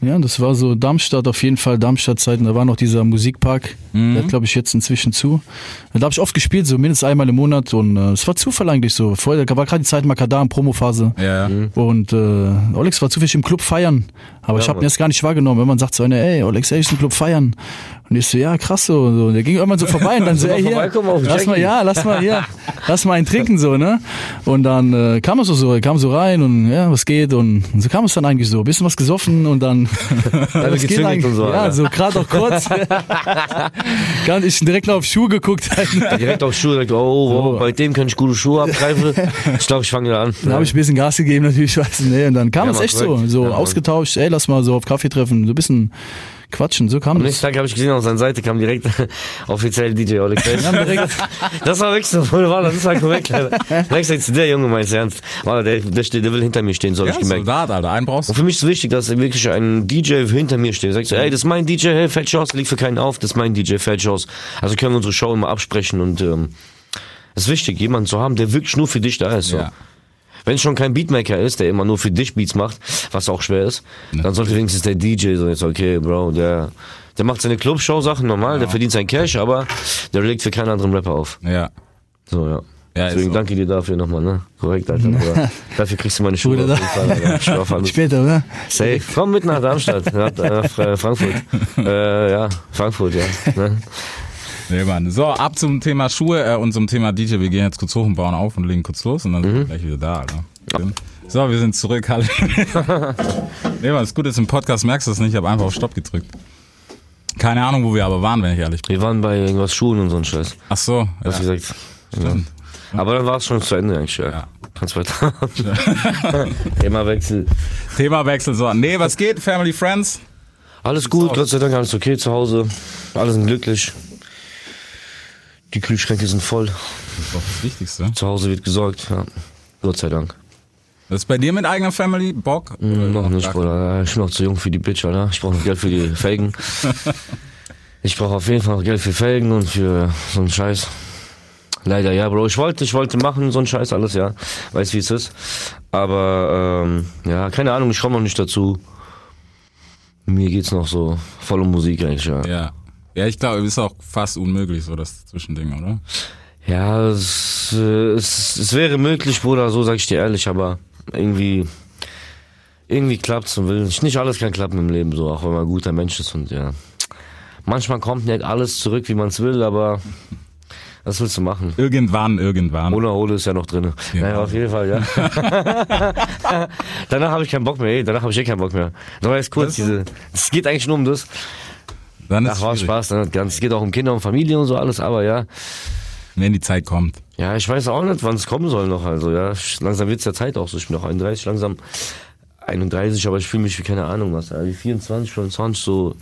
Ja, das war so Darmstadt auf jeden Fall, Darmstadt-Zeiten. Da war noch dieser Musikpark,
Mhm.
der hat, glaube ich, jetzt inzwischen zu. Da habe ich oft gespielt, so mindestens einmal im Monat. Und äh, es war Zufall eigentlich so. Vorher da war gerade die Zeit Makadam, Promophase.
Ja.
Hm.
Und äh, Olex war zufällig im Club feiern. Aber ich habe ihn erst gar nicht wahrgenommen. Wenn man sagt so, einer, ey, Olex, ey, ist im Club feiern. Und Und ich so, ja, krass so. Und, so. und der ging irgendwann so vorbei und dann so,
Soll
ey,
man
hier,
vorbeikommen auf
lass mal,
Jackie?
ja, lass mal hier, lass mal einen trinken so, ne? Und dann äh, kam es so, so, kam so rein und ja, was geht? Und, und so kam es dann eigentlich so, bisschen was gesoffen und dann,
Alle
was geht
gezündet
eigentlich?
und so.
ja,
Alter.
so gerade auch kurz. Kann ich direkt noch auf Schuhe geguckt.
Direkt auf Schuhe, direkt, oh, wow,
So.
bei dem kann ich gute Schuhe abgreifen. ich glaube, ich fange wieder an.
Dann habe ich ein bisschen Gas gegeben, natürlich, weißt du, ne? Und dann kam
Ja,
es
Mann,
echt so,
korrekt.
so
Ja, Mann.
ausgetauscht, ey, lass mal so auf Kaffee treffen, so ein bisschen quatschen, so kam
Am
das.
nächsten Tag habe ich gesehen, auf seiner Seite kam direkt offiziell DJ Oleg.
haben direkt-
Das war wirklich so, war das ist halt korrekt, Alter. Gleichzeitig, der Junge meint ernst. Warte, der, der, steht- der will hinter mir stehen, so habe
Ja,
ich gemerkt.
Soldat, Alter. Einen brauchst
Und
du.
für mich ist wichtig, dass wirklich ein DJ hinter mir steht. Sagst du, ey, das ist mein DJ, hey, Fat Shows, liegt für keinen auf, das ist mein DJ, Fat Shows. Also können wir unsere Show immer absprechen und ähm, es ist wichtig, jemanden zu haben, der wirklich nur für dich da ist. So.
Ja.
Wenn es schon kein Beatmaker ist, der immer nur für dich Beats macht, was auch schwer ist, dann sollte wenigstens der DJ so jetzt, okay, Bro, der, der macht seine Clubshow-Sachen normal, der verdient sein Cash, aber der legt für keinen anderen Rapper auf.
Ja.
So, ja.
Ja, ist
Deswegen
so.
danke dir dafür nochmal, ne? Korrekt, Alter. Bruder. dafür kriegst du meine Schuhe
Bruder,
auf jeden Fall. Alter. Ich schwör auf alles.
Später, ne? oder?
Safe. Komm mit nach Darmstadt, nach äh, Fra- Frankfurt. Äh, ja, Frankfurt, ja. Ne?
Nee, Mann. So, ab zum Thema Schuhe äh, und zum Thema DJ. Wir gehen jetzt kurz hoch und bauen auf und legen kurz los und dann sind
Mhm.
wir gleich wieder da, Alter. So, wir sind zurück, Halle. nee, Mann, das Gute ist, im Podcast merkst du das nicht. Ich habe einfach auf Stopp gedrückt. Keine Ahnung, wo wir aber waren, wenn ich ehrlich bin.
Wir waren bei irgendwas Schuhen und so ein Scheiß.
Ach so.
Hast
Ja.
du gesagt. Also Ja. Aber dann war es schon zu Ende eigentlich, ja. Kannst weiter. Immer Wechsel.
Themawechsel. So, nee, was geht, Family Friends?
Alles gut, Gott sei Dank, alles okay zu Hause. Alle sind glücklich. Die Kühlschränke sind voll.
Das ist doch das Wichtigste.
Zu Hause wird gesorgt, ja. Gott sei Dank.
Das ist bei dir mit eigener Family Bock?
Mhm, Noch Hm, nicht, Bruder. Ich bin noch zu jung für die Bitch, Alter. Ich brauche noch Geld für die Felgen. Ich brauche auf jeden Fall noch Geld für Felgen und für so einen Scheiß. Leider, ja, Bro. Ich wollte, ich wollte machen, so einen Scheiß, alles, ja. Weiß, wie es ist. Aber, ähm, ja, keine Ahnung, ich komme noch nicht dazu. Mir geht's noch so voll um Musik eigentlich, ja.
Ja. Ja, ich glaube, ist auch fast unmöglich, so das Zwischending, oder?
Ja, es, äh, es, es wäre möglich, Bruder, so sag ich dir ehrlich, aber irgendwie, irgendwie klappt's und will nicht. Nicht alles kann klappen im Leben, so, auch wenn man ein guter Mensch ist und ja. Manchmal kommt nicht alles zurück, wie man's will, aber was willst du machen?
Irgendwann, irgendwann.
Ohne Ole ist ja noch drin. Naja, auf jeden Fall, ja. danach habe ich keinen Bock mehr, ey, danach habe ich eh keinen Bock mehr. Da war jetzt kurz
Das ist-
diese. Es geht eigentlich nur um das.
Dann ist
Ach, war
es schwierig,
Spaß, ne? Ganz, es geht auch um Kinder und Familie und so alles, aber ja.
wenn die Zeit kommt.
Ja, ich weiß auch nicht, wann es kommen soll noch. Also ja, ich- langsam wird's ja Zeit auch so. Ich bin auch 31, langsam 31, aber ich fühle mich wie keine Ahnung was. Alter. Wie 24, 25 so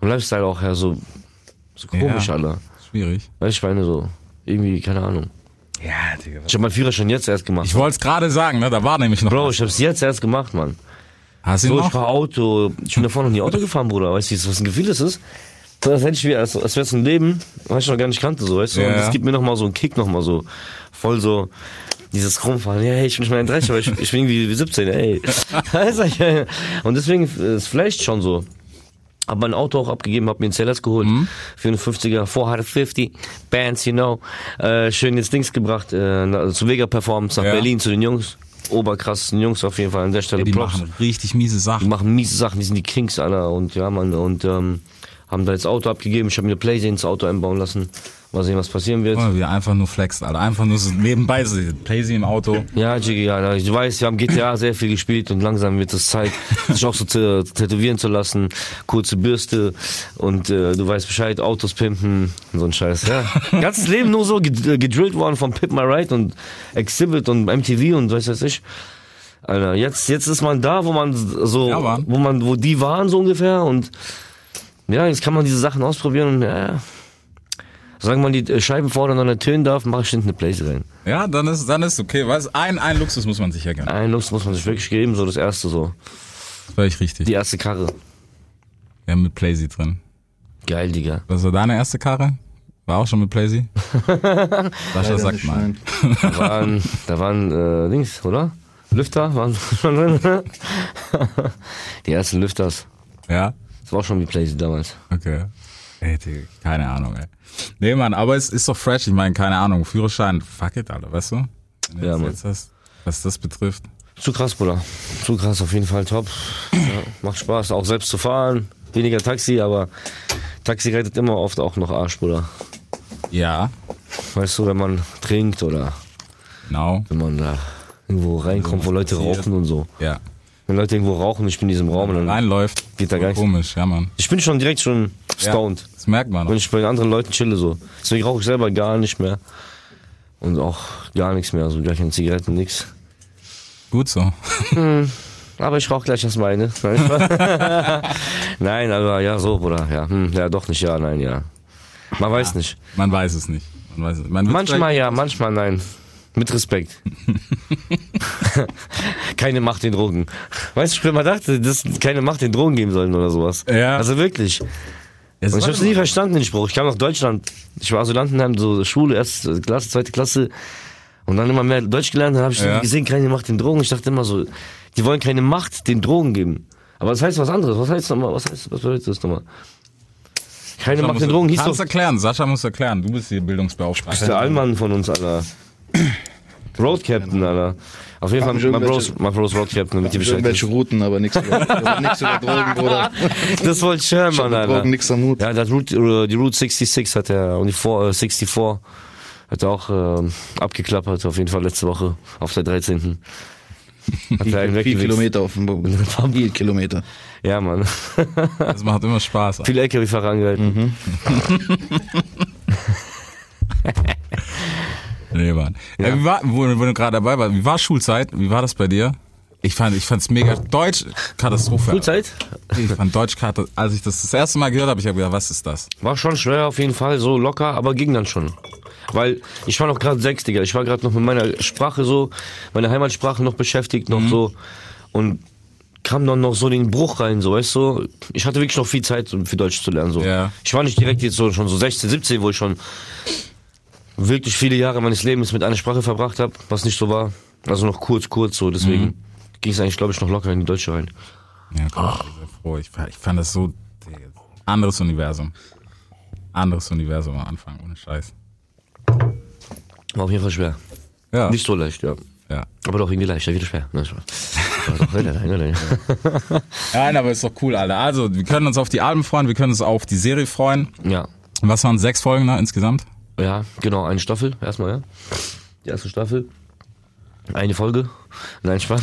und Lifestyle auch ja so so komisch
Ja.
alle.
Schwierig.
Weißt du, ich meine so irgendwie keine Ahnung.
Ja, Digga.
Ich habe meinen Führerschein jetzt erst gemacht.
Ich wollte es gerade sagen, ne? da war nämlich noch.
Bro, ich hab's jetzt erst gemacht, Mann.
Hast du ihn
So, ich
noch?
fahr Auto. Ich bin davor noch nie Auto gefahren, Bruder. Weißt du, wie- was ein Gefühl das ist? So, als hätte ich wieder, als, als wäre es ein Leben, was ich noch gar nicht kannte, so, weißt du?
Ja,
Und das
ja.
gibt mir nochmal so einen Kick, nochmal so, voll so, dieses Rumfahren. Ja, hey, ich bin schon ein Dresch, aber ich, ich bin irgendwie 17, ey. Weißt du, Und deswegen, äh, es flasht schon so. Hab mein Auto auch abgegeben, hab mir einen CLS geholt.
Mhm.
54er, 450, Bands, you know. Äh, schön ins Dings gebracht, äh, na- zu Vega Performance nach
Ja.
Berlin, zu den Jungs. Oberkrassen Jungs auf jeden Fall an der Stelle.
Die
Props.
machen richtig miese
Die
Sachen.
machen miese Sachen, die sind die Kings aller und ja, Mann, und ähm, haben da jetzt Auto abgegeben. Ich habe mir eine Playsee ins Auto einbauen lassen. Mal sehen, was passieren wird.
Oh, wir einfach nur flexen, Alter. Einfach nur so nebenbei so Playsee im Auto.
Ja, Jiggy, ja, ich weiß, wir haben GTA sehr viel gespielt und langsam wird es Zeit, sich auch so zu, tätowieren zu lassen. Kurze Bürste und äh, du weißt Bescheid, Autos pimpen und so ein Scheiß. Ja. Ganzes Leben nur so ged- äh, gedrillt worden von Pimp My Ride und Exhibit und MTV und was weiß ich. Alter, jetzt, jetzt ist man da, wo man so,
Ja, Mann.
wo man, wo die waren so ungefähr und ja, jetzt kann man diese Sachen ausprobieren und ja, ja. Solange man die äh, Scheiben vorne und dann tönen darf, mache ich hinten eine Place rein.
Ja, dann ist dann ist okay. Weißt, ein, ein Luxus muss man sich ja gönnen.
Einen Lust muss man sich wirklich geben, so das erste so.
Das war ich richtig.
Die erste Karre.
Ja, mit Playsee drin.
Geil, Digga.
Was war deine erste Karre? War auch schon mit Playsee? Sascha sagt mal.
Nein.
Da waren, da waren äh, Dings, oder? Lüfter waren schon drin. ne? Die ersten Lüfters.
Ja?
Das war schon wie Playsee damals.
Okay. Ey, Digga, keine Ahnung, ey. Nee, Mann, aber es ist doch fresh. Ich meine, keine Ahnung. Führerschein, fuck it, Alter, weißt du? Wenn du
Ja,
das
Mann.
jetzt hast, was das betrifft.
Zu krass, Bruder. Zu krass, auf jeden Fall top. Ja, macht Spaß, auch selbst zu fahren. Weniger Taxi, aber Taxi rettet immer oft auch noch Arsch, Bruder.
Ja,
Weißt du, wenn man trinkt oder
genau.
wenn man da irgendwo reinkommt, wo Leute
passiert.
rauchen und so.
Ja.
Wenn Leute irgendwo rauchen, ich bin in diesem Raum und dann.
Reinläuft.
Geht da
Voll
gar nicht.
Komisch, ja, Mann.
Ich bin schon direkt schon
Ja,
stoned.
Das merkt man.
Wenn
Auch.
ich bei anderen Leuten chille so. Deswegen rauche ich selber gar nicht mehr. Und auch gar nichts mehr, also gar keine Zigaretten, nix.
Gut so.
Aber ich rauche gleich erstmal eine. nein, aber ja, so, Bruder. Ja, hm, ja, doch nicht, ja, nein, ja. Man weiß nicht.
Man weiß es nicht. Man weiß es nicht. Man wird's
Manchmal ja, manchmal nein. Mit Respekt. keine Macht den Drogen. Weißt du, ich bin mal dachte, dass keine Macht den Drogen geben sollen oder sowas.
Ja.
Also wirklich.
vielleicht-
Und ich hab's nie verstanden, den Spruch. Ich kam nach Deutschland. Ich war Asylantenheim, so Schule, erste Klasse, zweite Klasse. Und dann immer mehr Deutsch gelernt. Dann habe ich
Ja.
gesehen, keine Macht den Drogen. Ich dachte immer so, die wollen keine Macht den Drogen geben. Aber das heißt was anderes. Was heißt nochmal? Was, heißt, was bedeutet das nochmal? Keine
Sascha
Macht den
muss-
Drogen hieß
Kannst
doch...
erklären, Sascha muss erklären. Du bist hier
Das ist der
Bildungsbeauftragter.
Allmann von uns, Alter. Road Captain, Alter. Auf jeden Fall,
Haben
mein Bros,
irgendwelche-
mein Bros Road Captain, damit ihr Bescheid
Also Irgendwelche
wisst.
Routen, aber nichts über, aber nichts über Drogen, Bruder.
Das wollte ich hören,
Ich hab
Mann,
mit
Alter.
Drogen nichts am Hut.
Ja, das Route, äh, die Route 66 hat er, und die 4, äh, 64 hat er auch ähm, abgeklappert, auf jeden Fall letzte Woche, auf der 13. Hat er einen
Vier
weggewichst.
Kilometer auf dem Boden. Vier Kilometer.
Ja, Mann.
Das macht immer Spaß.
Viele LKW-Fahrer angehalten.
Mhm.
Nee, Mann. Äh, wie war, wo, wo du gerade dabei warst, wie war Schulzeit? Wie war das bei dir? Ich fand, ich fand's mega Deutsch Katastrophe.
Schulzeit?
Ich fand Deutsch Katastrophe. Als ich das das erste Mal gehört habe, ich habe gedacht, was ist das?
War schon schwer auf jeden Fall, so locker, aber ging dann schon. Weil ich war noch gerade sechs, Digga. Ich war gerade noch mit meiner Sprache so, meiner Heimatsprache noch beschäftigt, noch so. Und kam dann noch so den Bruch rein, so, weißt du? Ich hatte wirklich noch viel Zeit, um für Deutsch zu lernen, so.
Ja.
Ich war nicht direkt jetzt so, schon so 16, 17, wo ich schon wirklich viele Jahre meines Lebens mit einer Sprache verbracht habe, was nicht so war. Also noch kurz, kurz so. Deswegen ging es eigentlich, glaube ich, noch locker in die Deutsche rein.
Ja, Gott, ich bin sehr froh. Ich, fa- ich fand das so Digga, anderes Universum. Anderes Universum am Anfang, ohne Scheiß.
War auf jeden Fall schwer.
Ja.
Nicht so leicht, ja.
ja.
Aber doch irgendwie leichter, wieder schwer. Nein, Spaß. War doch, nein, nein, nein, nein.
Nein, aber ist doch cool, Alter. Also, wir können uns auf die Alben freuen, wir können uns auf die Serie freuen.
Ja,
Was waren sechs Folgen ne, insgesamt?
ja, genau, eine Staffel erstmal, ja. Die erste Staffel. Eine Folge. Nein, Spaß.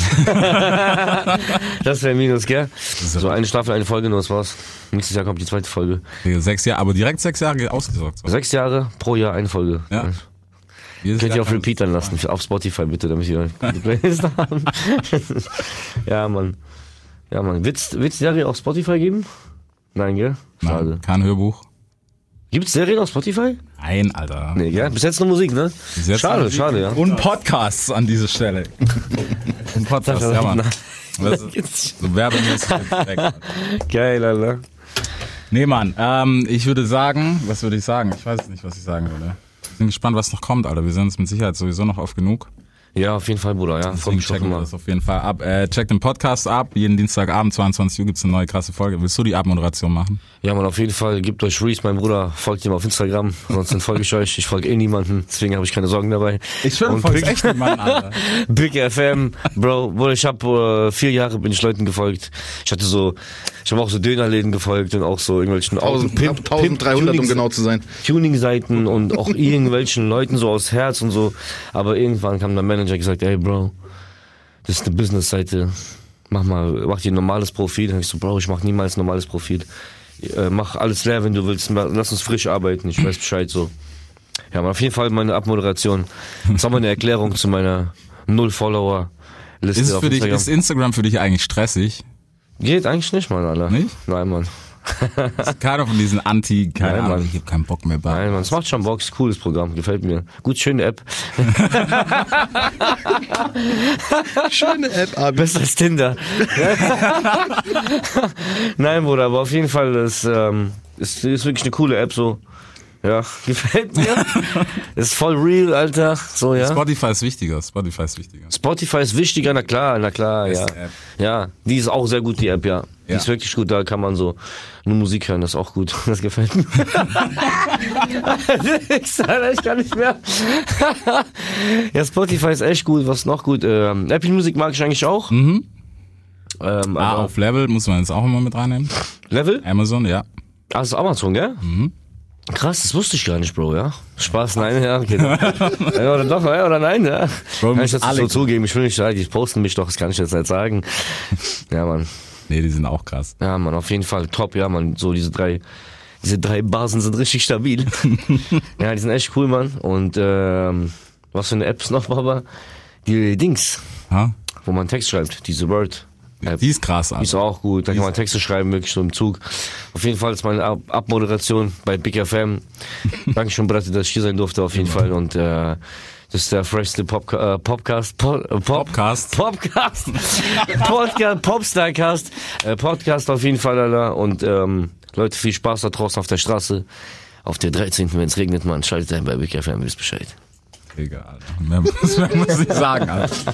das wäre Minus, gell? So eine Staffel, eine Folge, nur das war's. Nächstes Jahr kommt die zweite Folge.
Digga, Sechs Jahre, aber direkt sechs Jahre ausgesorgt. So.
Sechs Jahre pro Jahr eine Folge. Hm?
Ja. Jedes
Könnt
Jahr
ihr auf
kann-
Repeat dann lassen, auf Spotify bitte, damit wir die Playlist haben. ja, Mann. Ja, Mann. Wird's, wird's Serie auf Spotify geben? Nein, gell? Schade.
Nein, kein Hörbuch.
Gibt's Serien auf Spotify?
Nein, Alter.
Nee, gell? Bis jetzt nur Musik, ne?
Bis jetzt
schade,
haben sie-
schade, ja.
Und Podcasts an dieser Stelle. Und Podcasts, ja, Mann. Das ist so werbemäßig direkt. Mann.
Geil, Alter.
Nee, Mann, ähm, ich würde sagen, was würde ich sagen? Ich weiß nicht, was ich sagen würde. Ich bin gespannt, was noch kommt, Alter. Wir sind uns mit Sicherheit sowieso noch oft genug.
Ja, auf jeden Fall, Bruder, ja. Freut
Deswegen
mich doch
checken wir
immer.
das auf jeden Fall ab. Äh, check den Podcast ab. Jeden Dienstagabend, 22 Uhr, gibt's eine neue krasse Folge. Willst du die Abmoderation machen?
Ja, Mann, auf jeden Fall. Gebt euch Reese, mein Bruder. Folgt ihm auf Instagram. Ansonsten folge ich euch. Ich folge eh niemanden. Deswegen habe ich keine Sorgen dabei.
Ich schwöre,
Und
du folgst echt niemanden, Alter.
Big FM, Bro, Bruder, ich habe äh, vier Jahre bin ich Leuten gefolgt. Ich hatte so, ich habe auch so Dönerläden gefolgt und auch so irgendwelchen Auto-
1000, ab 1300, um
Tunings-
genau zu sein.
Tuning-Seiten und auch irgendwelchen Leuten so aus Herz und so. Aber irgendwann kam der Manager und gesagt, ey Bro, das ist eine Business-Seite. Mach mal, mach dir ein normales Profil. Dann hab ich so, Bro, ich mach niemals ein normales Profil. Äh, mach alles leer, wenn du willst. Lass uns frisch arbeiten. Ich weiß Bescheid so. Ja, aber auf jeden Fall meine Abmoderation. Jetzt haben wir eine Erklärung zu meiner Null-Follower-Liste
Ist, es
auf
für dich,
Instagram.
ist Instagram für dich eigentlich stressig?
Geht eigentlich nicht, Mann, Alter.
Nicht?
Nein, Mann.
Ist Keiner von diesen Anti, keine
Nein,
Ahnung,
Mann.
ich hab keinen Bock mehr bei.
Nein, Mann, es macht schon Bock, ist ein cooles Programm, gefällt mir. Gut, schöne App.
Schöne App, Abi.
Besser als Tinder. Nein, Bruder, aber auf jeden Fall ist, ähm, ist, ist wirklich eine coole App so. Ja, gefällt mir. ist voll real, Alter. So, ja.
Spotify ist wichtiger, Spotify ist wichtiger.
Spotify ist wichtiger, na klar, na klar, ja.
Beste App.
Ja, die ist auch sehr gut, die App, ja. Die
Ja.
ist wirklich gut, da kann man so nur Musik hören, das ist auch gut. Das gefällt mir. Nix, Alter, ich kann nicht mehr. ja, Spotify ist echt gut, was noch gut. Ähm, Apple Music mag ich eigentlich auch. Mhm. Ähm,
Ah,
aber
auf Level muss man jetzt auch immer mit reinnehmen.
Level?
Amazon, ja.
Ah, das ist Amazon, gell?
Mhm.
Krass, das wusste ich gar nicht, Bro, ja. Spaß, nein, ja, okay. ja, oder doch, ja, oder nein, ja.
Bro,
kann ich das
mit
jetzt so
Alex-
zugeben, ich will nicht sagen, die posten mich doch, das kann ich jetzt nicht sagen. Ja, Mann.
Nee, die sind auch krass.
Ja, Mann, auf jeden Fall top, ja, Mann. So diese drei, diese drei Basen sind richtig stabil. ja, die sind echt cool, Mann. Und ähm, was für eine Apps noch, Baba? Die Dings,
Ha?
wo man Text schreibt, diese Word. App.
Die ist krass, Alter.
Ist auch gut, da kann man Texte schreiben, wirklich so im Zug. Auf jeden Fall ist meine Ab Abmoderation bei Big FM. Dankeschön, Brati, dass ich hier sein durfte, auf jeden Fall. Und äh, das ist der freshste Popca äh, Popcast, po äh, Pop
Podcast.
Popcast, Podcast, Popstarcast, äh, Podcast auf jeden Fall, Alter. Und ähm, Leute, viel Spaß da draußen auf der Straße. Auf der 13., wenn es regnet, man schaltet ein bei Big FM, wisst Bescheid.
Digga, Alter. Mehr muss, mehr muss ich sagen, Alter.